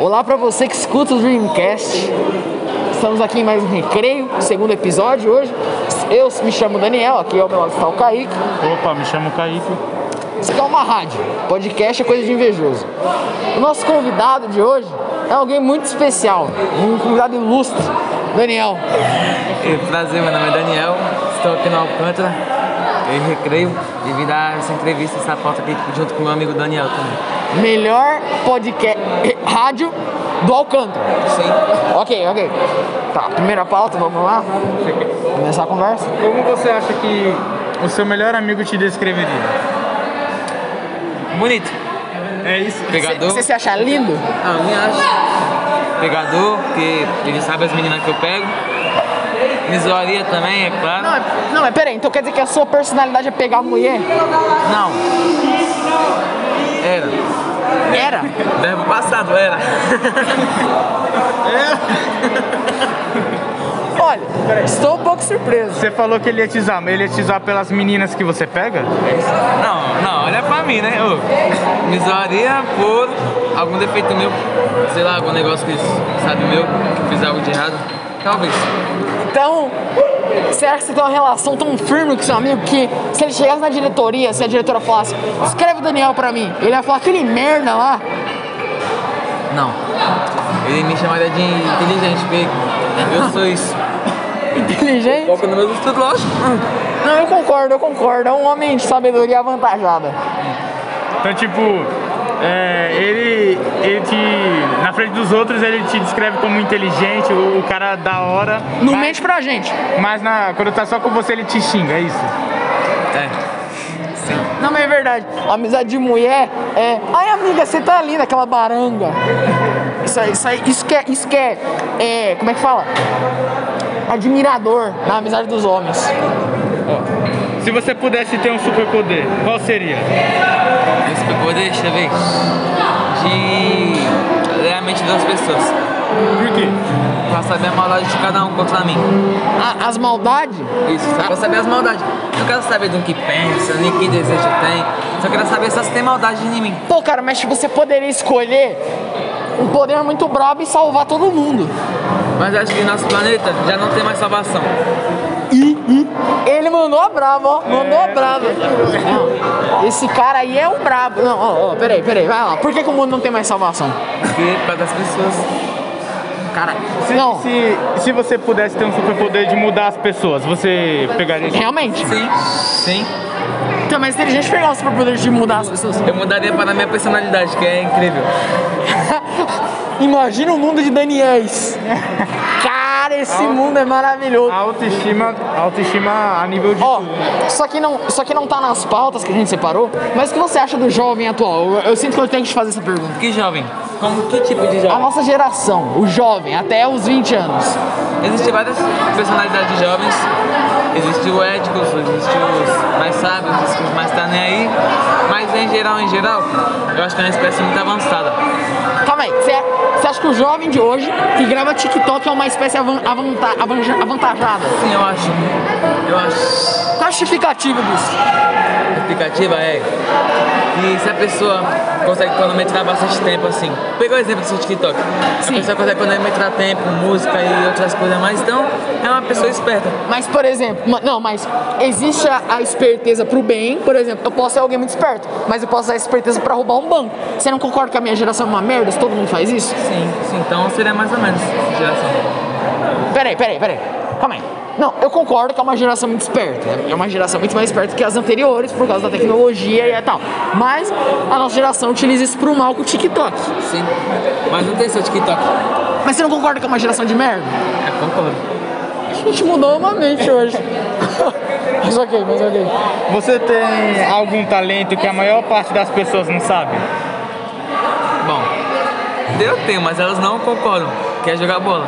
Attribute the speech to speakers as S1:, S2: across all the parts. S1: Olá para você que escuta o Dreamcast. Estamos aqui em mais um recreio, segundo episódio hoje. Eu me chamo Daniel, aqui ao meu lado está o Kaique.
S2: Opa, me chamo Kaique.
S1: Isso aqui é uma rádio, podcast é coisa de invejoso. O nosso convidado de hoje é alguém muito especial, um convidado ilustre, Daniel.
S3: Prazer, meu nome é Daniel, estou aqui no Alcântara, em recreio, e vim dar essa entrevista, essa foto aqui junto com meu amigo Daniel também.
S1: Melhor podcast, rádio do Alcântara.
S3: Sim.
S1: Ok, ok. Tá, primeira pauta, vamos lá? Começar a conversa?
S2: Como você acha que o seu melhor amigo te descreveria?
S3: Bonito.
S2: É isso.
S3: Pegador.
S1: Você se acha lindo?
S3: Ah, eu me acho. Pegador, porque ele sabe as meninas que eu pego. Me zoaria também, é claro.
S1: Não, é- não, mas peraí, então quer dizer que a sua personalidade é pegar mulher?
S3: Não. Era.
S1: Era?
S3: Verbo passado, era.
S1: Olha, estou um pouco surpreso.
S2: Você falou que ele ia te usar, mas ele ia te usar pelas meninas que você pega?
S3: Não, não, olha pra mim, né? Ô, me zoaria por algum defeito meu, sei lá, algum negócio que sabe meu, que fiz algo de errado. Talvez.
S1: Então, será que você tem uma relação tão firme com seu amigo que se ele chegasse na diretoria, se a diretora falasse, escreve o Daniel pra mim, ele ia falar aquele merda lá.
S3: Não. Ele me chamaria de inteligente, porque eu sou isso.
S1: Inteligente.
S3: Foco no meu estudo, lógico.
S1: Não, eu concordo, eu concordo. É um homem de sabedoria avantajada.
S2: Então, tipo, é, ele, ele te. Na frente dos outros, ele te descreve como inteligente, o, o cara da hora.
S1: Não
S2: mas,
S1: mente pra gente.
S2: Mas na, quando tá só com você, ele te xinga, é isso?
S3: É.
S1: Não, mas é verdade. Amizade de mulher é. Ai, amiga, você tá linda, aquela baranga. Isso aí, isso aí, isso que é, isso que é, é, como é que fala? Admirador na amizade dos homens.
S2: Se você pudesse ter um superpoder, qual seria?
S3: Esse que eu vou deixar, ver. De ler a mente das pessoas.
S2: Por quê?
S3: Pra saber a maldade de cada um contra mim.
S1: A- as maldades,
S3: Isso, só pra saber as maldades. Eu Não quero saber do que pensa, nem que desejo tem. Só quero saber só se tem maldade em mim.
S1: pô, cara, mas tipo, você poderia escolher um poder muito brabo e salvar todo mundo.
S3: Mas acho que nosso planeta já não tem mais salvação.
S1: Ele mandou a brava, ó. Mandou a brava. Não, Esse cara aí é o brabo. Não, ó, ó, peraí, peraí, vai lá. Por que, que o mundo não tem mais salvação?
S3: Porque para das pessoas.
S1: Cara,
S2: Se,
S1: não,
S2: se, se você pudesse ter um superpoder de mudar as pessoas, você pegaria esse
S1: realmente.
S3: Sim, sim.
S1: Então, mas inteligente pegar o superpoder de mudar as pessoas.
S3: Eu mudaria para a minha personalidade, que é incrível.
S1: Imagina o mundo de Daniels. Cara, esse mundo é maravilhoso.
S2: A autoestima, a autoestima a nível de.
S1: Ó, só que não, só que não tá nas pautas que a gente separou, mas o que você acha do jovem atual? Eu, eu sinto que eu tenho que te fazer essa pergunta.
S3: Que jovem? Como que tipo de
S1: A
S3: jovem?
S1: nossa geração, o jovem, até os 20 anos.
S3: Existem várias personalidades de jovens. Existem os éticos, existem os mais sábios, existem os mais tá nem aí. Mas em geral, em geral, eu acho que é uma espécie muito avançada.
S1: Calma aí, você é, você acha que o jovem de hoje que grava TikTok é uma espécie avan, avanta- avanja- avantajada?
S3: Sim, eu acho. Eu acho.
S1: Qual a justificativa disso?
S3: explicativa é que se a pessoa consegue cronometrar bastante tempo assim. Pegou o exemplo do seu TikTok.
S1: Sim.
S3: A pessoa consegue cronometrar tempo, música e outras coisas mais, então é uma pessoa esperta.
S1: Mas, por exemplo, ma- não, mas existe a, a esperteza pro bem, por exemplo, eu posso ser alguém muito esperto, mas eu posso usar a esperteza pra roubar um banco. Você não concorda que a minha geração é uma merda se todo mundo faz isso?
S3: Sim, sim, então seria mais ou menos essa geração.
S1: Peraí, peraí, peraí. Calma aí. Não, eu concordo que é uma geração muito esperta. É uma geração muito mais esperta que as anteriores por causa da tecnologia e tal. Mas a nossa geração utiliza isso pro mal com o TikTok.
S3: Sim. Mas não tem seu TikTok.
S1: Mas você não concorda que é uma geração de merda?
S3: Eu É, concordo.
S1: A gente mudou uma mente hoje. mas ok, mas ok.
S2: Você tem algum talento que a maior parte das pessoas não sabe?
S3: Bom, eu tenho, mas elas não concordam. Quer jogar bola?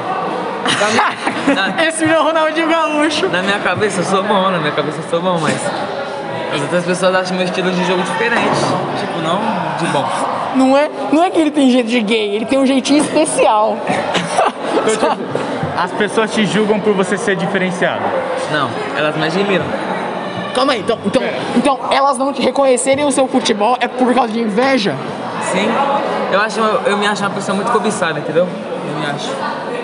S1: Esse meu Ronaldinho Gaúcho.
S3: Na minha cabeça eu sou bom, na minha cabeça eu sou bom, mas as outras pessoas acham meu estilo de jogo diferente. Tipo, não de bom.
S1: Não é, não é que ele tem jeito de gay, ele tem um jeitinho especial.
S2: As pessoas te julgam por você ser diferenciado.
S3: Não, elas me admiram.
S1: é Calma aí, então, então, então elas não te reconhecerem o seu futebol é por causa de inveja?
S3: assim. Eu, acho, eu me acho uma pessoa muito cobiçada, entendeu? Eu me acho.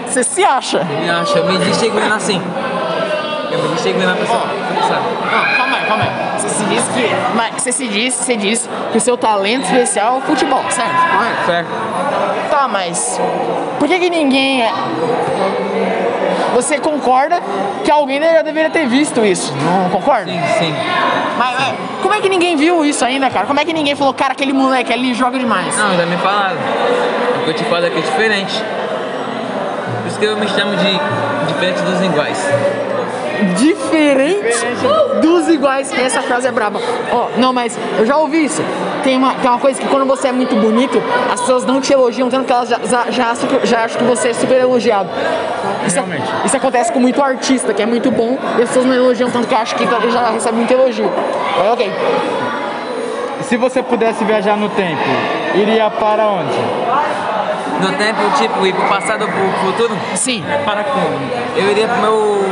S1: Você se acha?
S3: Eu me acho. Eu me distingo assim. Eu me distingo na pessoa cobiçada.
S1: Não, calma aí, calma aí. Você se diz que. Mas você se diz, você diz que o seu talento especial é o futebol, certo?
S3: Ué, certo.
S1: Tá, mas por que, que ninguém é. Você concorda que alguém já deveria ter visto isso? Não concorda?
S3: Sim, sim.
S1: Mas, mas como é que ninguém viu isso ainda, cara? Como é que ninguém falou, cara, aquele moleque ali joga demais?
S3: Não, já me falaram. O que eu te falo é que é diferente. Por isso que eu me chamo de diferente dos iguais.
S1: Diferente dos iguais. Essa frase é braba. Ó, não, mas eu já ouvi isso. Tem uma, tem uma coisa que quando você é muito bonito, as pessoas não te elogiam tanto que elas já, já, já, acham que- já acham que você é super elogiado. Isso, é-
S2: Realmente.
S1: isso acontece com muito artista, que é muito bom, e as pessoas não elogiam tanto que acham que ele já recebe muito elogio. Mas ok.
S2: Se você pudesse viajar no tempo, iria para onde?
S3: No tempo, tipo, ir pro passado ou pro futuro,
S1: Sim.
S2: Para como?
S3: eu iria pro meu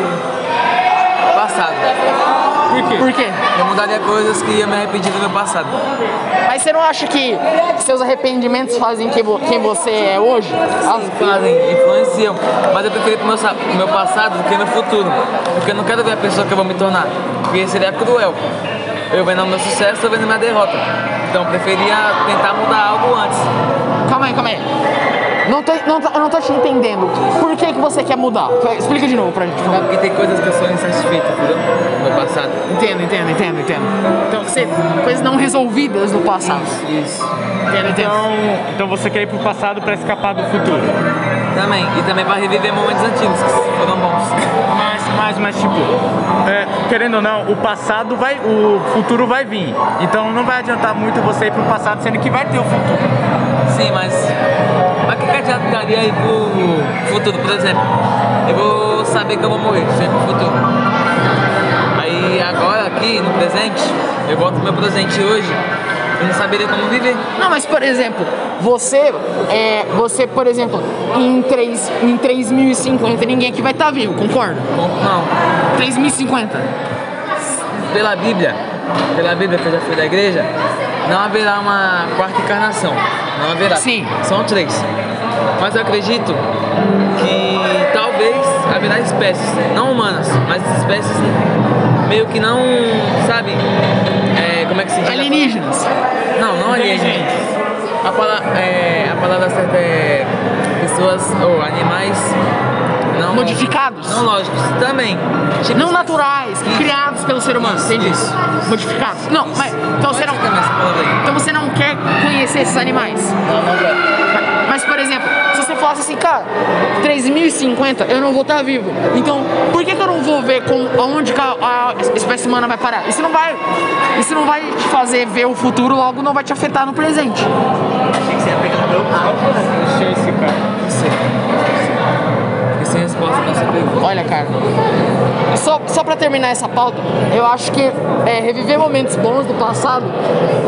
S3: passado.
S2: Por quê?
S1: Por quê?
S3: Eu mudaria coisas que eu me arrependi do meu passado.
S1: Mas você não acha que seus arrependimentos fazem quem, vo- quem você é hoje?
S3: Elas fazem, influenciam. Mas eu prefiro ir pro meu, sa- pro meu passado do que no futuro. Porque eu não quero ver a pessoa que eu vou me tornar. Porque seria cruel. Eu vendo o meu sucesso, eu vendo minha derrota. Então eu preferia tentar mudar algo antes.
S1: Calma aí, calma aí. Não tô, não tô, eu não tô te entendendo. Por que, que você quer mudar? Explica de novo pra gente. por favor.
S3: Porque tem coisas que eu sou insatisfeito, entendeu? No meu passado.
S1: Entendo, entendo, entendo, entendo. Então, você, coisas não resolvidas no passado.
S3: Isso.
S1: Entendo, entendo.
S2: Então, então você quer ir pro passado para escapar do futuro.
S3: Também. E também pra reviver momentos antigos que foram bons.
S2: Mas, mas, mas tipo, é, querendo ou não, o passado vai. O futuro vai vir. Então não vai adiantar muito você ir pro passado, sendo que vai ter o futuro.
S3: Sim, mas. Mas o que que adiantaria ir pro futuro, por exemplo? Eu vou saber que eu vou morrer, sempre pro futuro. Aí agora, aqui no presente, eu volto pro meu presente hoje, eu não saberia como viver.
S1: Não, mas por exemplo, você, é, você por exemplo, em, três em 3050 ninguém aqui vai estar vivo, concorda?
S3: Bom, Não.
S1: 3050.
S3: Pela Bíblia, pela Bíblia que eu já fui da igreja, não haverá uma quarta encarnação. Não haverá.
S1: Sim.
S3: São três. Mas eu acredito que talvez haverá espécies, não humanas, mas espécies meio que não, sabe? É, como é que se diz?
S1: Alienígenas.
S3: Não, não alienígenas. A, pala é, a palavra certa é pessoas ou animais não
S1: Modificados.
S3: Não lógicos também. Tipo,
S1: Não naturais,
S3: Isso.
S1: criados pelo ser humano. Entende isso? Modificados. Não, mas. Então você não.
S3: Pode ficar nessa palavra aí.
S1: Então você não quer conhecer esses animais.
S3: Não, não quero.
S1: Mas, por exemplo, se você falasse assim, cara, 3050 eu não vou estar vivo. Então, por que, que eu não vou ver com, onde que a, a espécie humana vai parar? Isso não vai, isso não vai te fazer ver o futuro, logo não vai te afetar no presente.
S3: Achei que você ia pegar meu
S2: Deixa esse cara.
S3: Fiquei sem resposta pra essa pergunta.
S1: Olha, cara. Só, só pra terminar essa pauta, eu acho que é, reviver momentos bons do passado,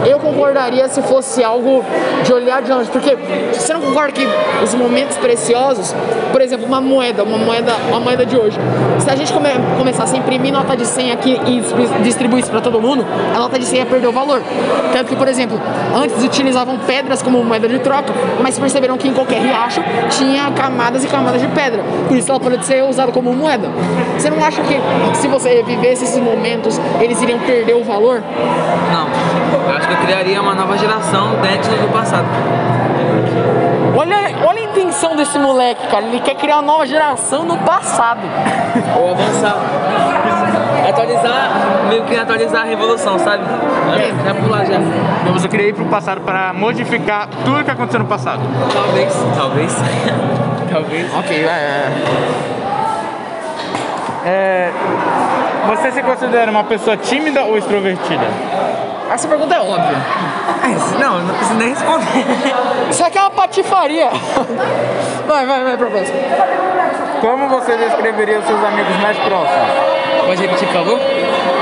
S1: eu concordaria se fosse algo de olhar de longe. Porque você não concorda que os momentos preciosos, por exemplo, uma moeda, uma moeda, uma moeda de hoje, se a gente come, começasse a imprimir nota de 100 aqui e dis- distribuir isso pra todo mundo, a nota de 100 ia perder o valor. Tanto que, por exemplo, antes utilizavam pedras como moeda de troca, mas perceberam que em qualquer riacho tinha camadas e camadas de pedra. Por isso ela pode ser usada como moeda. Você não acha que se você revivesse esses momentos, eles iriam perder o valor?
S3: Não, eu acho que eu criaria uma nova geração dentro do passado.
S1: Olha, olha a intenção desse moleque, cara. Ele quer criar uma nova geração no passado.
S3: Ou avançar. Atualizar, meio que atualizar a revolução, sabe?
S1: Sim.
S3: Já pular já.
S2: Então você queria ir pro passado para modificar tudo que aconteceu no passado.
S3: Talvez, talvez. talvez.
S1: Ok, é.
S2: Você se considera uma pessoa tímida ou extrovertida?
S1: Essa pergunta é óbvia. É,
S3: Não, não preciso nem responder.
S1: Isso aqui é uma patifaria. Vai, vai, vai, proposta.
S2: Como você descreveria os seus amigos mais próximos?
S3: Pode repetir, por favor?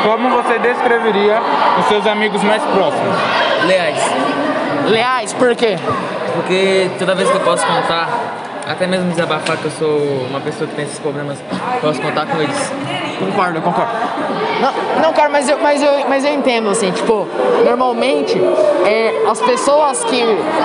S2: Como você descreveria os seus amigos mais próximos?
S3: Leais.
S1: Leais, por quê?
S3: Porque toda vez que eu posso contar, até mesmo desabafar que eu sou uma pessoa que tem esses problemas, posso contar com eles.
S1: Concordo, eu concordo. Não, não cara, mas eu, mas, eu, mas eu entendo, assim, tipo, normalmente é, as pessoas que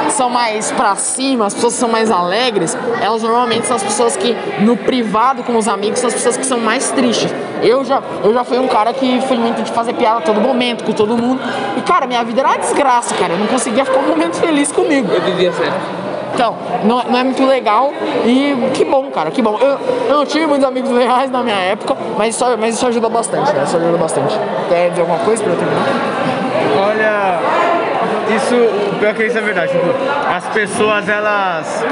S1: são mais pra cima, as pessoas que são mais alegres, elas normalmente são as pessoas que, no privado com os amigos, são as pessoas que são mais tristes. Eu já, eu já fui um cara que fui muito de fazer piada a todo momento, com todo mundo. E, cara, minha vida era uma desgraça, cara. Eu não conseguia ficar um momento feliz comigo.
S3: Eu vivia certo.
S1: Então, não, não é muito legal e que bom, cara, que bom. Eu, eu não tive muitos amigos reais na minha época, mas isso, mas isso ajuda bastante, né? Isso ajuda bastante. Quer dizer alguma coisa pra eu terminar?
S2: Olha, isso, o pior que isso é verdade. Tipo, as pessoas, elas.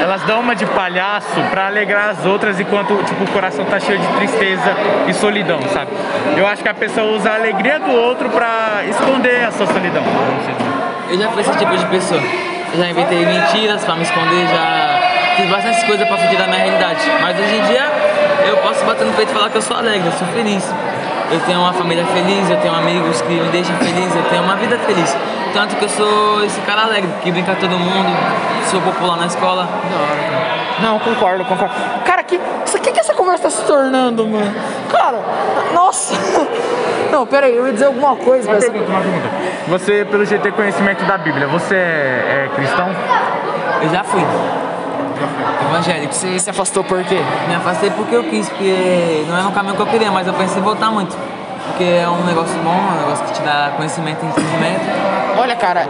S2: Elas dão uma de palhaço pra alegrar as outras enquanto tipo, o coração tá cheio de tristeza e solidão, sabe? Eu acho que a pessoa usa a alegria do outro pra esconder a sua solidão. vamos dizer assim.
S3: Eu já fui esse tipo de pessoa. Eu já inventei mentiras pra me esconder, já fiz bastante coisa pra fugir da minha realidade. Mas hoje em dia eu posso bater no peito e falar que eu sou alegre, eu sou feliz. Eu tenho uma família feliz, eu tenho amigos que me deixam feliz, eu tenho uma vida feliz. Tanto que eu sou esse cara alegre, que brinca com todo mundo, sou popular na escola. Da hora, cara.
S1: Não, concordo, concordo. Cara, que, isso, que, que essa conversa tá se tornando, mano? Cara, nossa. Não, pera aí, eu ia dizer alguma coisa,
S2: Uma
S1: mas...
S2: pergunta, uma pergunta. Você, pelo jeito, tem conhecimento da Bíblia. Você é, é cristão?
S3: Eu já fui. Evangélico.
S1: Você se afastou por quê?
S3: Me afastei porque eu quis, porque não era um caminho que eu queria, mas eu pensei em voltar muito. Porque é um negócio bom, um negócio que te dá conhecimento e entendimento.
S1: Olha, cara,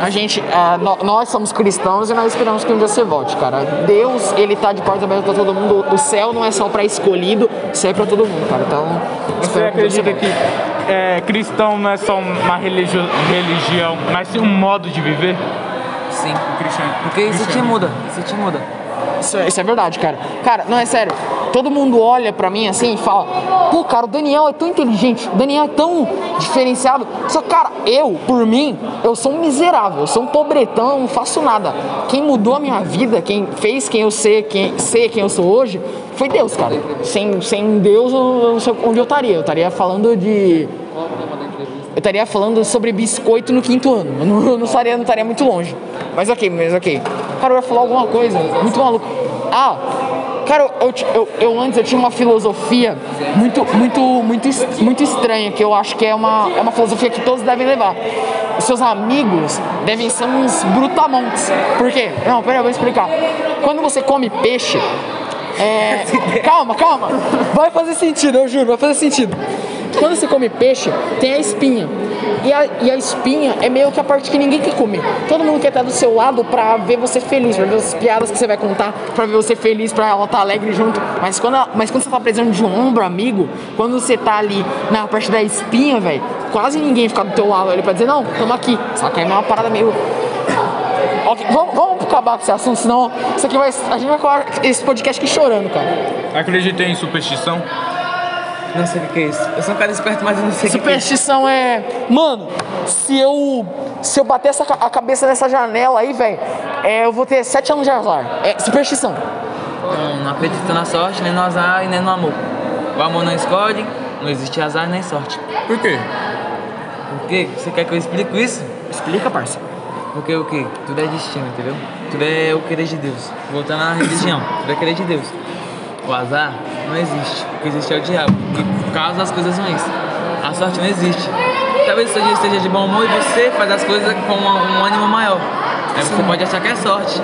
S1: a gente, ah, nó- nós somos cristãos e nós esperamos que um dia você volte, cara. Deus, ele tá de porta aberta pra todo mundo. O céu não é só pra escolhido, isso é pra todo mundo, cara. Então,
S2: Você
S1: espero que um dia
S2: acredita
S1: volte.
S2: que é, cristão não é só uma religio- religião, mas sim um modo de viver?
S3: Sim.
S2: Cristiano.
S3: Porque isso te muda, isso te muda.
S1: Isso, isso é verdade, cara. Cara, não é sério. Todo mundo olha pra mim assim e fala: pô, cara, o Daniel é tão inteligente, o Daniel é tão diferenciado. Só, cara, eu, por mim, eu sou um miserável, eu sou um pobretão, eu não faço nada. Quem mudou a minha vida, quem fez quem eu ser, quem, ser quem eu sou hoje, foi Deus, cara. Sem, sem Deus, eu não sei onde eu estaria. Eu estaria falando de. Eu estaria falando sobre biscoito no quinto ano. Eu não, eu não estaria, não estaria muito longe. Mas ok, mas ok. Cara, eu ia falar alguma coisa. Muito maluco. Ah, cara, eu, ti- eu, eu antes eu tinha uma filosofia muito, muito, muito, es- muito estranha, que eu acho que é uma, é uma filosofia que todos devem levar. Os seus amigos devem ser uns brutamontes. Por quê? Não, pera, eu vou explicar. Quando você come peixe, é, calma, calma. Vai fazer sentido, eu juro, vai fazer sentido. Quando você come peixe, tem a espinha. E a, e a espinha é meio que a parte que ninguém quer comer. Todo mundo quer estar do seu lado pra ver você feliz, pra ver as piadas que você vai contar, pra ver você feliz, pra ela estar alegre junto. Mas quando, ela- mas quando você tá precisando de um ombro amigo, quando você tá ali na parte da espinha, velho, quase ninguém fica do teu lado ali pra dizer, não, tamo aqui. Saca? É uma parada meio Ok, vamos, vamos acabar com esse assununto, senão isso aqui vai, a gente vai acabar esse podcast aqui chorando, cara.
S2: Acredita em superstição?
S3: Não sei o que que é isso. Eu sou um cara esperto, mas eu não sei o que que é isso.
S1: Superstição é. Mano, se eu. Se eu bater essa, ca- a cabeça nessa janela aí, velho, é, eu vou ter sete anos de azar. É superstição.
S3: Não, não acredito na sorte, nem no azar e nem no amor. O amor não escolhe, não existe azar nem sorte.
S2: Por quê?
S3: Por quê? Você quer que eu explique isso?
S1: Explica, parça.
S3: Porque o quê? Tudo é destino, entendeu? Tudo é o querer de Deus. Voltando à religião, tudo é querer de Deus. O azar não existe. O que existe é o diabo, que causa as coisas ruins. A sorte não existe. Talvez o seu dia esteja de bom humor e você faz as coisas com um, um ânimo maior. Aí você pode achar que é sorte.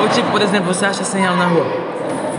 S3: Ou tipo, por exemplo, você acha 100 reais na rua.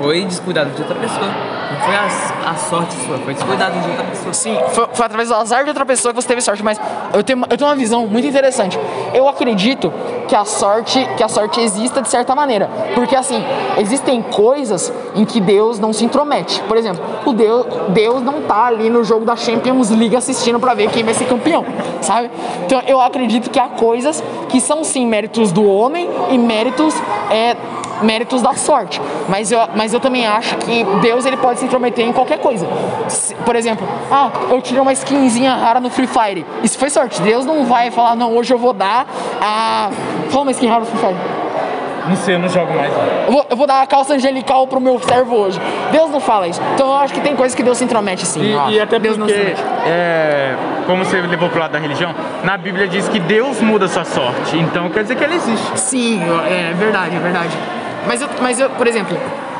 S3: Foi descuidado de outra pessoa. Não foi a, a sorte sua, foi descuidado de outra pessoa.
S1: Sim, tipo assim, foi, foi através do azar de outra pessoa que você teve sorte, mas eu tenho, uma- eu tenho uma visão muito interessante. Eu acredito que a sorte, que a sorte exista de certa maneira, porque assim, existem coisas em que Deus não se intromete. Por exemplo, o Deus, Deus não tá ali no jogo da Champions League assistindo pra ver quem vai ser campeão, sabe? Então eu acredito que há coisas que são sim méritos do homem e méritos é, méritos da sorte. Mas eu, mas eu também acho que Deus ele pode se intrometer em qualquer coisa. Se- por exemplo, ah, eu tirei uma skinzinha rara no Free Fire. Isso foi sorte. Deus não vai falar, não, hoje eu vou dar a. Fala uma skin rara no Free Fire.
S2: Não sei, eu não jogo mais.
S1: Eu vou, eu vou dar a calça angelical pro meu servo hoje. Deus não fala isso. Então eu acho que tem coisa que Deus se intromete sim. eu acho.
S2: E, e até
S1: Deus não se
S2: porque,
S1: intromete.
S2: é, como você levou pro lado da religião, na Bíblia diz que Deus muda sua sorte. Então quer dizer que ela existe.
S1: Sim, eu- é verdade, é verdade. Mas eu, mas eu por exemplo,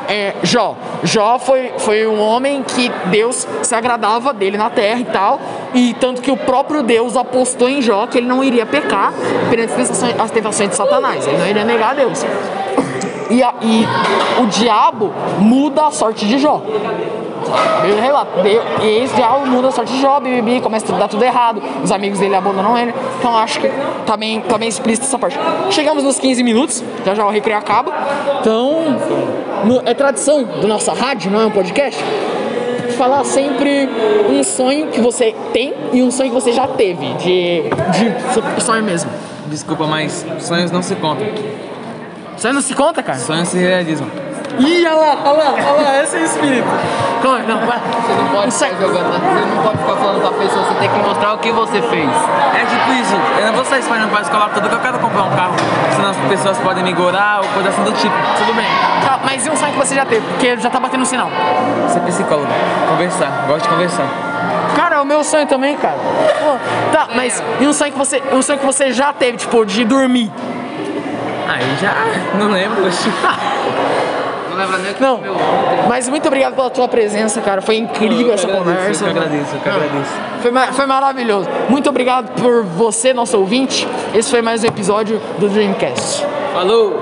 S1: é, Jó, Jó foi, foi um homem que Deus se agradava dele na terra e tal, e tanto que o próprio Deus apostou em Jó que ele não iria pecar perante as tentações- as tentações de Satanás, ele não iria negar a Deus. E, a- e o diabo muda a sorte de Jó. Ele relata, Deu- e esse diabo muda a sorte de Jó, bibibi, começa a dar tudo errado, os amigos dele abandonam ele, então acho que tá bem, tá bem explícito essa parte. Chegamos nos 15 minutos, já já o recreio acaba, então no- é tradição do nossa rádio, não é um podcast, falar sempre um sonho que você tem e um sonho que você já teve, de, de sonho mesmo.
S3: Desculpa, mas sonhos não se contam.
S1: Sonho não se conta, cara?
S3: Sonhos se realizam.
S1: Ih, olha lá, olha lá, olha lá, esse é o espírito. Calma, aí, é? não, vai. Um
S4: Você não pode
S1: Isso aí.
S4: ficar jogando, você não pode ficar falando pra pessoa, você tem que mostrar o que você fez.
S3: É tipo isso, eu não vou sair espalhando pra escola toda que eu quero comprar um carro, senão as pessoas podem me gorar ou coisa assim do tipo.
S1: Tudo bem. Tá, mas e um sonho que você já teve? Porque já tá batendo o sinal.
S3: Ser é psicólogo, conversar, gosto de conversar.
S1: Cara, é o meu sonho também, cara. Pô, tá, mas e um sonho que você, um sonho que você já teve, tipo, de dormir?
S3: Aí já não lembro, poxa.
S4: Não lembra nem o que
S1: Não.
S4: comeu.
S1: Mas muito obrigado pela tua presença, cara. Foi incrível
S3: Eu
S1: essa
S3: que agradeço,
S1: conversa.
S4: né?
S3: Eu que agradeço, eu que agradeço.
S1: Foi, ma- foi maravilhoso. Muito obrigado por você, nosso ouvinte. Esse foi mais um episódio do Dreamcast.
S3: Falou!